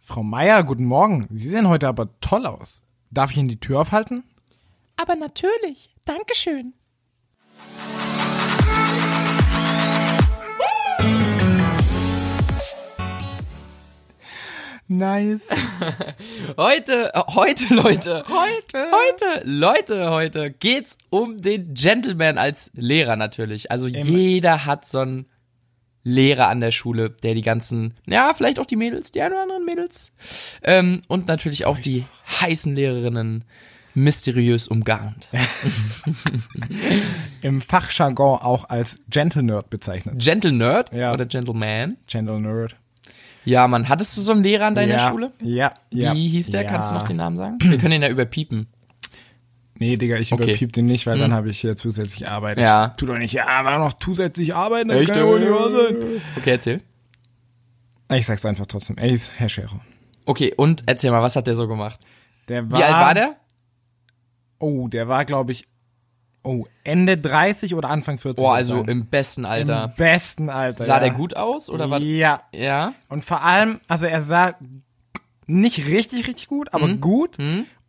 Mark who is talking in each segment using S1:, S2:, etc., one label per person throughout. S1: Frau Meier, guten Morgen. Sie sehen heute aber toll aus. Darf ich Ihnen die Tür aufhalten?
S2: Aber natürlich. Dankeschön.
S1: Nice.
S3: Heute, äh, heute, Leute.
S1: Heute.
S3: Heute, Leute, heute geht's um den Gentleman als Lehrer natürlich. Also jeder hat so einen Lehrer an der Schule, der die ganzen, ja, vielleicht auch die Mädels, die ein oder anderen Mädels. Ähm, und natürlich auch die heißen Lehrerinnen mysteriös umgarnt.
S1: Im Fachjargon auch als Gentle Nerd bezeichnet.
S3: Gentle Nerd
S1: Ja.
S3: oder Gentleman.
S1: Gentle Nerd.
S3: Ja, Mann, hattest du so einen Lehrer an deiner
S1: ja.
S3: Schule?
S1: Ja.
S3: Wie
S1: ja.
S3: hieß der?
S1: Ja.
S3: Kannst du noch den Namen sagen? Wir können ihn ja überpiepen.
S1: Nee, Digga, ich
S3: Okay. Hm.
S1: überpiep den nicht, weil dann habe ich hier zusätzlich Arbeit.
S3: Ja.
S1: Ich tu doch nicht, ja, aber noch zusätzlich arbeiten. das
S3: Echt?
S1: kann ja wohl nicht wahr sein.
S3: Okay, erzähl.
S1: Ich sag's einfach trotzdem. Er hieß Herr Scherer.
S3: Okay, und erzähl mal, was hat der so gemacht?
S1: Der
S3: Wie alt war der?
S1: Oh, der war, glaube ich, oh, Ende 30 oder Anfang 40.
S3: Boah,
S1: würde
S3: also
S1: ich sagen.
S3: im besten Alter.
S1: Im besten Alter.
S3: Sah
S1: ja.
S3: der gut aus oder war
S1: Ja.
S3: ja?
S1: Und vor allem, also er sah nicht richtig, richtig gut, aber gut.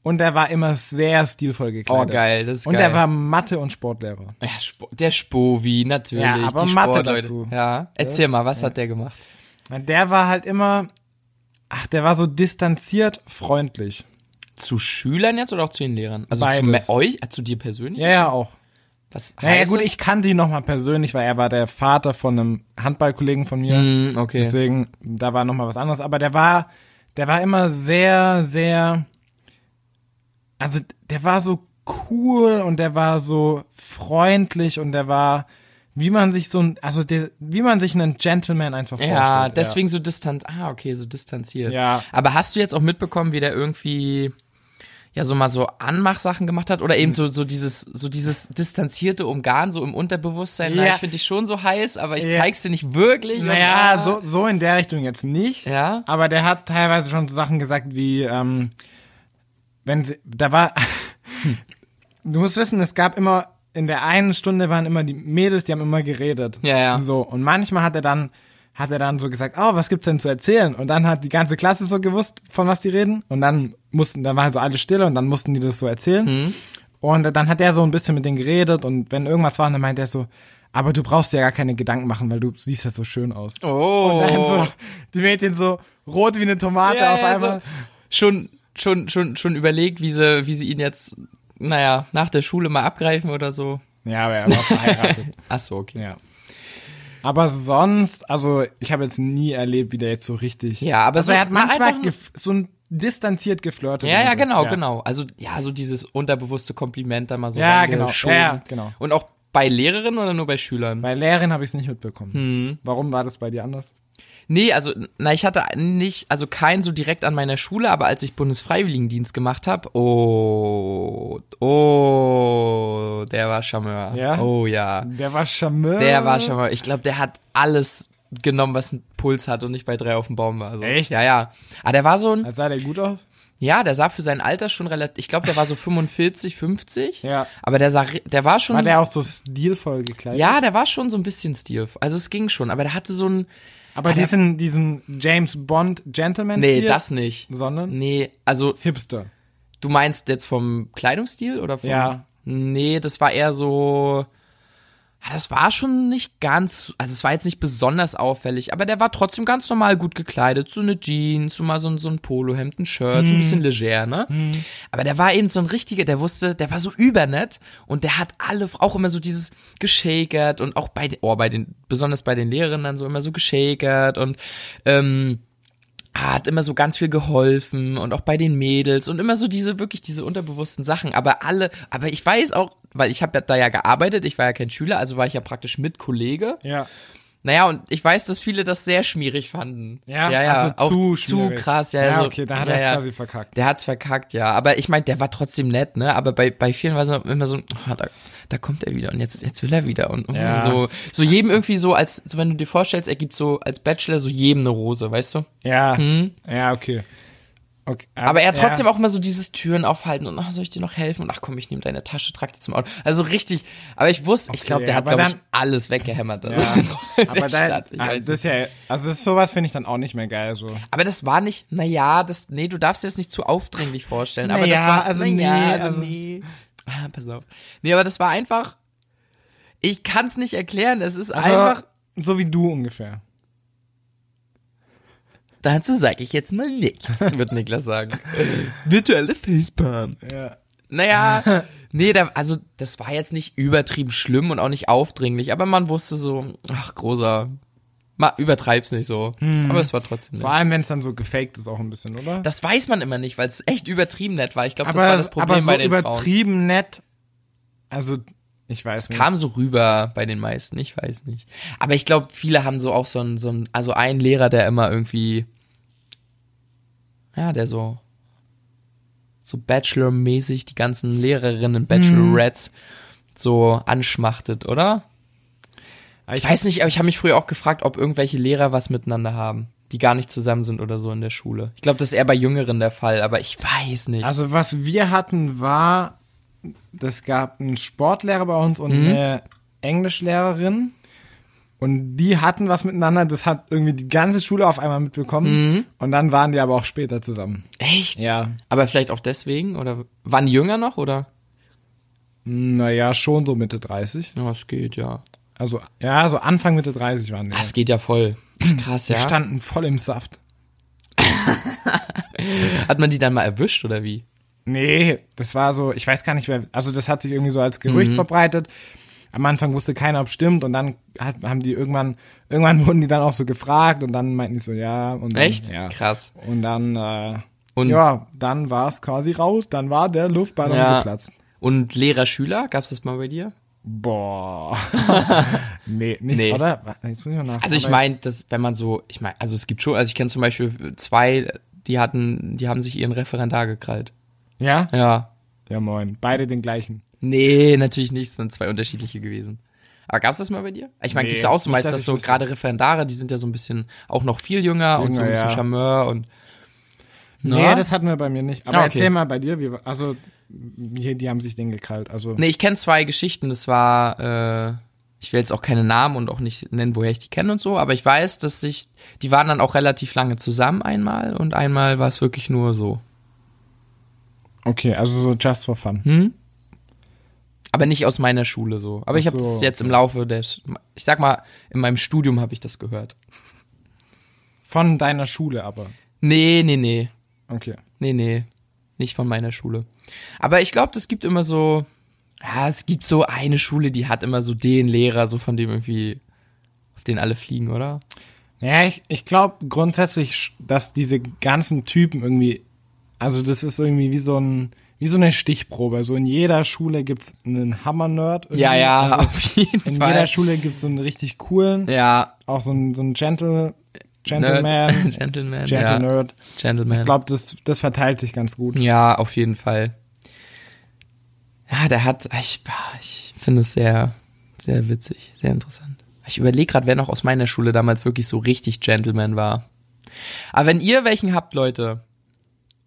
S1: Und er war immer sehr stilvoll gekleidet.
S3: Mhm. Oh, geil, das ist
S1: Und
S3: geil.
S1: er war Mathe- und Sportlehrer.
S3: ja Sp- der Spovi natürlich,
S1: Ja, aber
S3: die
S1: Mathe
S3: Sportleute.
S1: dazu.
S3: Ja, erzähl mal, was hat der gemacht?
S1: Und der war halt immer, ach, der war so distanziert freundlich.
S3: Zu Schülern jetzt oder auch zu den Lehrern? Also zu me-
S1: Beides.
S3: euch, äh, zu dir persönlich?
S1: Ja, ja, auch.
S3: Was
S1: Naja,
S3: heißt
S1: gut,
S3: das?
S1: ich kannte ihn nochmal persönlich, weil er war der Vater von einem Handballkollegen von mir.
S3: Hm, okay.
S1: Deswegen, da war nochmal was anderes. Aber der war, der war immer sehr, sehr, also der war so cool und der war so freundlich und der war, wie man sich so ein, also der, wie man sich einen Gentleman einfach vorstellt.
S3: ja, deswegen so distanziert. Ah, okay, so distanziert.
S1: Ja.
S3: Aber hast du jetzt auch mitbekommen, wie der irgendwie ja so mal so Anmachsachen gemacht hat oder eben
S1: Hm.
S3: so so dieses so dieses distanzierte Umgarn so im Unterbewusstsein. Na,
S1: Ja.
S3: ich finde dich schon so heiß, aber ich
S1: Ja.
S3: zeig's dir nicht wirklich. und
S1: Naja,
S3: ah.
S1: so, so in der Richtung jetzt nicht.
S3: Ja.
S1: Aber der hat teilweise schon so Sachen gesagt wie, ähm, wenn sie, da war, du musst wissen, es gab immer, in der einen Stunde waren immer die Mädels, die haben immer geredet.
S3: Ja, ja.
S1: So, und manchmal hat er dann, hat er dann so gesagt, oh, was gibt's denn zu erzählen? Und dann hat die ganze Klasse so gewusst, von was die reden. Und dann mussten, dann war halt so alles stille und dann mussten die das so erzählen.
S3: Mhm.
S1: Und dann hat er so ein bisschen mit denen geredet und wenn irgendwas war, dann meint er so, aber du brauchst dir ja gar keine Gedanken machen, weil du siehst ja so schön aus.
S3: Oh.
S1: Und dann so, die Mädchen so rot wie eine Tomate
S3: Ja,
S1: auf
S3: ja,
S1: einmal.
S3: So. Schon, schon, schon, schon überlegt, wie sie, wie sie ihn jetzt, naja, nach der Schule mal abgreifen oder so.
S1: Ja, aber er war verheiratet.
S3: Ach so, okay.
S1: ja. Aber sonst, also ich habe jetzt nie erlebt, wie der jetzt so richtig.
S3: Ja, aber
S1: also
S3: so-
S1: er hat
S3: na,
S1: manchmal
S3: einfach-
S1: gef- so ein distanziert geflirtet.
S3: Ja, ja, genau, genau. Also, ja, so dieses unterbewusste Kompliment da mal so.
S1: Ja, genau.
S3: reingeschoben.
S1: Ja, ja, genau.
S3: Und auch bei Lehrerinnen oder nur bei Schülern?
S1: Bei Lehrerin habe ich es nicht mitbekommen.
S3: Hm.
S1: Warum war das bei dir anders?
S3: Nee, also, na, ich hatte nicht, also keinen so direkt an meiner Schule, aber als ich Bundesfreiwilligendienst gemacht habe, oh, oh, der war Charmeur.
S1: Ja?
S3: Oh ja.
S1: Der war charmant.
S3: Der war schon mal, ich glaube, der hat alles genommen, was einen Puls hat und nicht bei drei auf dem Baum war. Also,
S1: Echt?
S3: Ja, ja. Aber der war so ein,
S1: Sah der gut aus?
S3: ja, der sah für sein Alter schon relativ, ich glaube, der war so 45, 50.
S1: Ja.
S3: Aber der sah, ri- der war schon,
S1: War der auch so stilvoll gekleidet?
S3: ja, der war schon so ein bisschen stiv. Also es ging schon, aber der hatte so ein,
S1: Aber diesen, diesen James Bond Gentleman
S3: nee,
S1: Stil,
S3: das nicht.
S1: sondern
S3: Nee, also
S1: Hipster.
S3: du meinst jetzt vom Kleidungsstil oder vom,
S1: Ja.
S3: nee, das war eher so, Ah, das war schon nicht ganz, also es war jetzt nicht besonders auffällig, aber der war trotzdem ganz normal gut gekleidet. So eine Jeans, so mal so, ein- so ein Polohemd, ein Shirt, so ein bisschen leger, ne? Aber der war eben so ein richtiger, der wusste, der war so übernett und der hat alle, auch immer so dieses geschakert und auch bei, den- oh, bei den, besonders bei den Lehrerinnen dann so immer so geschakert und, ähm, hat immer so ganz viel geholfen und auch bei den Mädels und immer so diese wirklich diese unterbewussten Sachen, aber alle, aber ich weiß auch, weil ich habe da ja gearbeitet, ich war ja kein Schüler, also war ich ja praktisch mit Kollege.
S1: Ja.
S3: Naja, und ich weiß, dass viele das sehr schmierig fanden.
S1: Ja,
S3: ja, ja
S1: also
S3: auch
S1: zu
S3: zu
S1: schmierig.
S3: krass, ja,
S1: Ja,
S3: so,
S1: okay, da hat
S3: ja,
S1: er's
S3: ja.
S1: quasi verkackt.
S3: Der hat's verkackt, ja, aber ich meine, der war trotzdem nett, ne, aber bei bei vielen war es immer so, ah, da, da kommt er wieder und jetzt jetzt will er wieder und, und
S1: Ja.
S3: so so jedem irgendwie so als so wenn du dir vorstellst, er gibt so als Bachelor so jedem eine Rose, weißt du?
S1: Ja. Ja, okay. Okay,
S3: Hm. Aber er hat trotzdem
S1: ja.
S3: auch immer so dieses Türen aufhalten und ach, soll ich dir noch helfen? Und ach komm, ich nehme deine Tasche, trag die zum Auto. Also richtig, aber ich wusste, ich glaube, der hat,
S1: aber
S3: glaube ich,
S1: dann-
S3: alles weggehämmert. Also
S1: Ja.
S3: in der
S1: aber da,
S3: Stadt. Ich
S1: ah,
S3: weiß
S1: das ist ja, also das, sowas finde ich dann auch nicht mehr geil. So.
S3: Aber das war nicht, naja, das, nee, du darfst dir das nicht zu aufdringlich vorstellen. Aber das
S1: Naja,
S3: war,
S1: also
S3: naja,
S1: nee,
S3: also,
S1: also-
S3: nee. Ah, pass auf. Nee, aber das war einfach, ich kann es nicht erklären, es ist
S1: Also,
S3: einfach,
S1: so wie du ungefähr.
S3: dazu sage ich jetzt mal nichts, wird Niklas sagen. Virtuelle Facepalm.
S1: Ja.
S3: Naja, nee, da, also, das war jetzt nicht übertrieben schlimm und auch nicht aufdringlich, aber man wusste so, ach, großer, mal, übertreib's nicht so. Aber es war trotzdem
S1: Hm. Vor
S3: nett.
S1: allem, wenn es dann so gefaked ist, auch ein bisschen, oder?
S3: Das weiß man immer nicht, weil es echt übertrieben nett war. Ich glaube, das
S1: aber
S3: war das Problem
S1: aber so
S3: bei den Frauen.
S1: übertrieben nett. Also, ich weiß nicht.
S3: kam so rüber bei den meisten, ich weiß nicht. Aber ich glaube, viele haben so auch so einen, so einen, also einen Lehrer, der immer irgendwie, ja, der so, so Bachelor-mäßig die ganzen Lehrerinnen, Bachelorettes so anschmachtet, oder?
S1: Aber
S3: Ich weiß nicht, aber ich habe mich früher auch gefragt, ob irgendwelche Lehrer was miteinander haben, die gar nicht zusammen sind oder so in der Schule. Ich glaube, das ist eher bei Jüngeren der Fall, aber ich weiß nicht.
S1: Also was wir hatten war, das gab einen Sportlehrer bei uns und
S3: Mhm.
S1: eine Englischlehrerin. Und die hatten was miteinander, das hat irgendwie die ganze Schule auf einmal mitbekommen. Und dann waren die aber auch später zusammen.
S3: Mhm. Echt?
S1: Ja.
S3: Aber vielleicht auch deswegen oder waren die jünger noch oder?
S1: Naja, schon so Mitte 30.
S3: Ja, es geht ja.
S1: Also, ja, so Anfang Mitte 30 waren die.
S3: Ah, es geht ja voll. Krass, ja.
S1: Die standen voll im Saft.
S3: Hat man die dann mal erwischt oder wie?
S1: Nee, das war so, ich weiß gar nicht mehr, also das hat sich irgendwie so als Gerücht
S3: Mhm.
S1: verbreitet. Am Anfang wusste keiner, ob stimmt und dann hat, haben die irgendwann, irgendwann wurden die dann auch so gefragt und dann meinten die so, ja. Und dann,
S3: Echt?
S1: Mhm. Ja.
S3: Krass.
S1: Und dann, äh,
S3: Und-
S1: ja, dann war es quasi raus, dann war der Luftballon
S3: Ja.
S1: geplatzt.
S3: Und Lehrer-Schüler, gab's das mal bei dir?
S1: Boah. nee, nicht,
S3: Nee.
S1: oder? Jetzt muss ich mal nachdenken.
S3: Also ich meine, dass wenn man so, ich meine, also es gibt schon, also ich kenne zum Beispiel zwei, die hatten, die haben sich ihren Referendar gekrallt.
S1: Ja?
S3: Ja.
S1: Ja, moin. Beide den gleichen.
S3: Nee, natürlich nicht, es sind zwei unterschiedliche gewesen. Aber gab's das mal bei dir? Ich meine,
S1: Nee,
S3: gibt's ja auch so
S1: nicht,
S3: meist,
S1: dass
S3: dass
S1: ich
S3: so
S1: wüsste.
S3: gerade Referendare, die sind ja so ein bisschen auch noch viel jünger, und so ein
S1: Jünger,
S3: bisschen
S1: ja.
S3: Charmeur und.
S1: Nee,
S3: Na?
S1: das hatten wir bei mir nicht. Aber
S3: Ah, okay.
S1: erzähl mal bei dir, wie, war- also, hier, die haben sich den gekrallt, also.
S3: Nee, ich kenne zwei Geschichten. Das war, äh, ich will jetzt auch keine Namen und auch nicht nennen, woher ich die kenne und so, aber ich weiß, dass sich, die waren dann auch relativ lange zusammen einmal und einmal war es wirklich nur so.
S1: Okay, also so just for fun.
S3: Aber nicht aus meiner Schule so. Aber ich
S1: Ach
S3: habe
S1: so.
S3: das jetzt im Laufe des, ich sag mal, in meinem Studium habe ich das gehört.
S1: Von deiner Schule aber.
S3: Nee, nee, nee.
S1: Okay.
S3: Nee, nee. Nicht von meiner Schule. Aber ich glaube, es gibt immer so. Ja, es gibt so eine Schule, die hat immer so den Lehrer, so von dem irgendwie, auf den alle fliegen, oder?
S1: Naja, ich, ich glaube grundsätzlich, sch- dass diese ganzen Typen irgendwie, also das ist irgendwie wie so ein, wie so eine Stichprobe. So in jeder Schule gibt's einen Hammer-Nerd. irgendwie.
S3: Ja, ja,
S1: Also
S3: auf jeden
S1: in
S3: Fall.
S1: jeder Schule gibt's so einen richtig coolen,
S3: Ja. ne,
S1: auch so einen, so einen Gentle, Gentleman,
S3: Gentleman.
S1: Gentle
S3: ja.
S1: Nerd.
S3: Gentleman.
S1: Ich glaube, das, das verteilt sich ganz gut.
S3: ja, auf jeden Fall. Ja, der hat, ich, ich finde es sehr, sehr witzig, sehr interessant. Ich überlege gerade, wer noch aus meiner Schule damals wirklich so richtig Gentleman war. Aber wenn ihr welchen habt, Leute,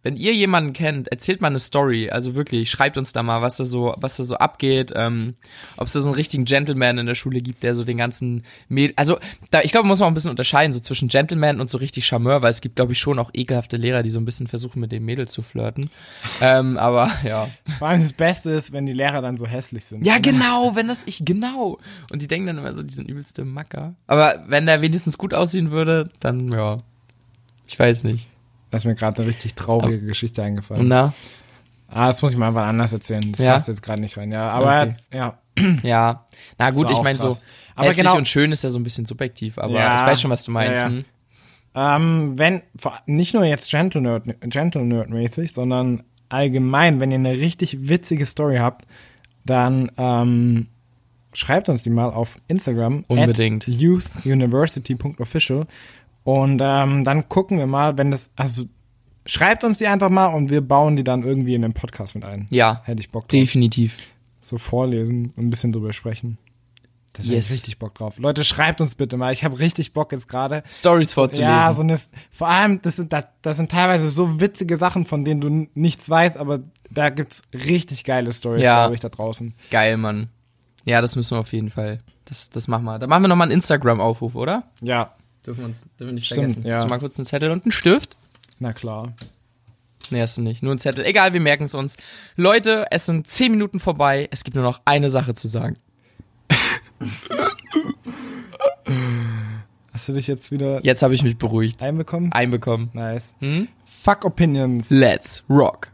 S3: wenn ihr jemanden kennt, erzählt mal eine Story. Also wirklich, schreibt uns da mal, was da so, was da so abgeht. Ähm, Ob es da so einen richtigen Gentleman in der Schule gibt, der so den ganzen Mäd Also, da, ich glaube, muss man auch ein bisschen unterscheiden, so zwischen Gentleman und so richtig Charmeur, weil es gibt, glaube ich, schon auch ekelhafte Lehrer, die so ein bisschen versuchen, mit den Mädels zu flirten. ähm, aber ja.
S1: Vor allem das Beste ist, wenn die Lehrer dann so hässlich sind.
S3: Ja, genau, wenn das ich, genau. Und die denken dann immer so, die sind übelste Macker. Aber wenn der wenigstens gut aussehen würde, dann ja. Ich weiß nicht.
S1: Das ist mir gerade eine richtig traurige Geschichte eingefallen.
S3: Und na?
S1: Ah, das muss ich mal einfach anders erzählen. Das
S3: Ja?
S1: passt jetzt gerade nicht rein. Ja, aber
S3: Okay.
S1: ja,
S3: Ja. Na gut,
S1: war
S3: ich
S1: auch
S3: meine so.
S1: krass. Aber
S3: hässlich
S1: genau-
S3: und schön ist ja so ein bisschen subjektiv, aber
S1: Ja.
S3: ich weiß schon, was du meinst.
S1: Ja, ja.
S3: Hm?
S1: Ähm, wenn, vor- nicht nur jetzt Gentle Nerd, Gentle Nerd mäßig, sondern allgemein, wenn ihr eine richtig witzige Story habt, dann ähm, schreibt uns die mal auf Instagram.
S3: Unbedingt.
S1: at youthuniversity.official und ähm, dann gucken wir mal, wenn das, also schreibt uns die einfach mal und wir bauen die dann irgendwie in den Podcast mit ein.
S3: Ja.
S1: Hätte ich Bock drauf.
S3: Definitiv.
S1: So vorlesen und ein bisschen drüber sprechen. Da hab ich
S3: Yes.
S1: richtig Bock drauf. Leute, schreibt uns bitte mal. Ich habe richtig Bock jetzt gerade.
S3: Stories vorzulesen.
S1: Ja, so eine, vor allem, das sind, da- das sind teilweise so witzige Sachen, von denen du n- nichts weißt, aber da gibt's richtig geile Stories,
S3: Ja.
S1: glaube ich, da draußen.
S3: Geil, Mann. Ja, das müssen wir auf jeden Fall. Das, das machen wir. Da machen wir nochmal einen Instagram-Aufruf, oder?
S1: Ja,
S3: Dürfen wir uns dürfen wir nicht
S1: Stimmt,
S3: vergessen.
S1: ja.
S3: Hast du mal kurz einen Zettel und einen Stift?
S1: na klar.
S3: Nee, hast du nicht. Nur einen Zettel. Egal, wir merken es uns. Leute, es sind 10 Minuten vorbei. Es gibt nur noch eine Sache zu sagen.
S1: Hast du dich jetzt wieder
S3: Jetzt habe ich mich beruhigt.
S1: einbekommen?
S3: Einbekommen.
S1: Nice. Fuck Opinions.
S3: Let's rock.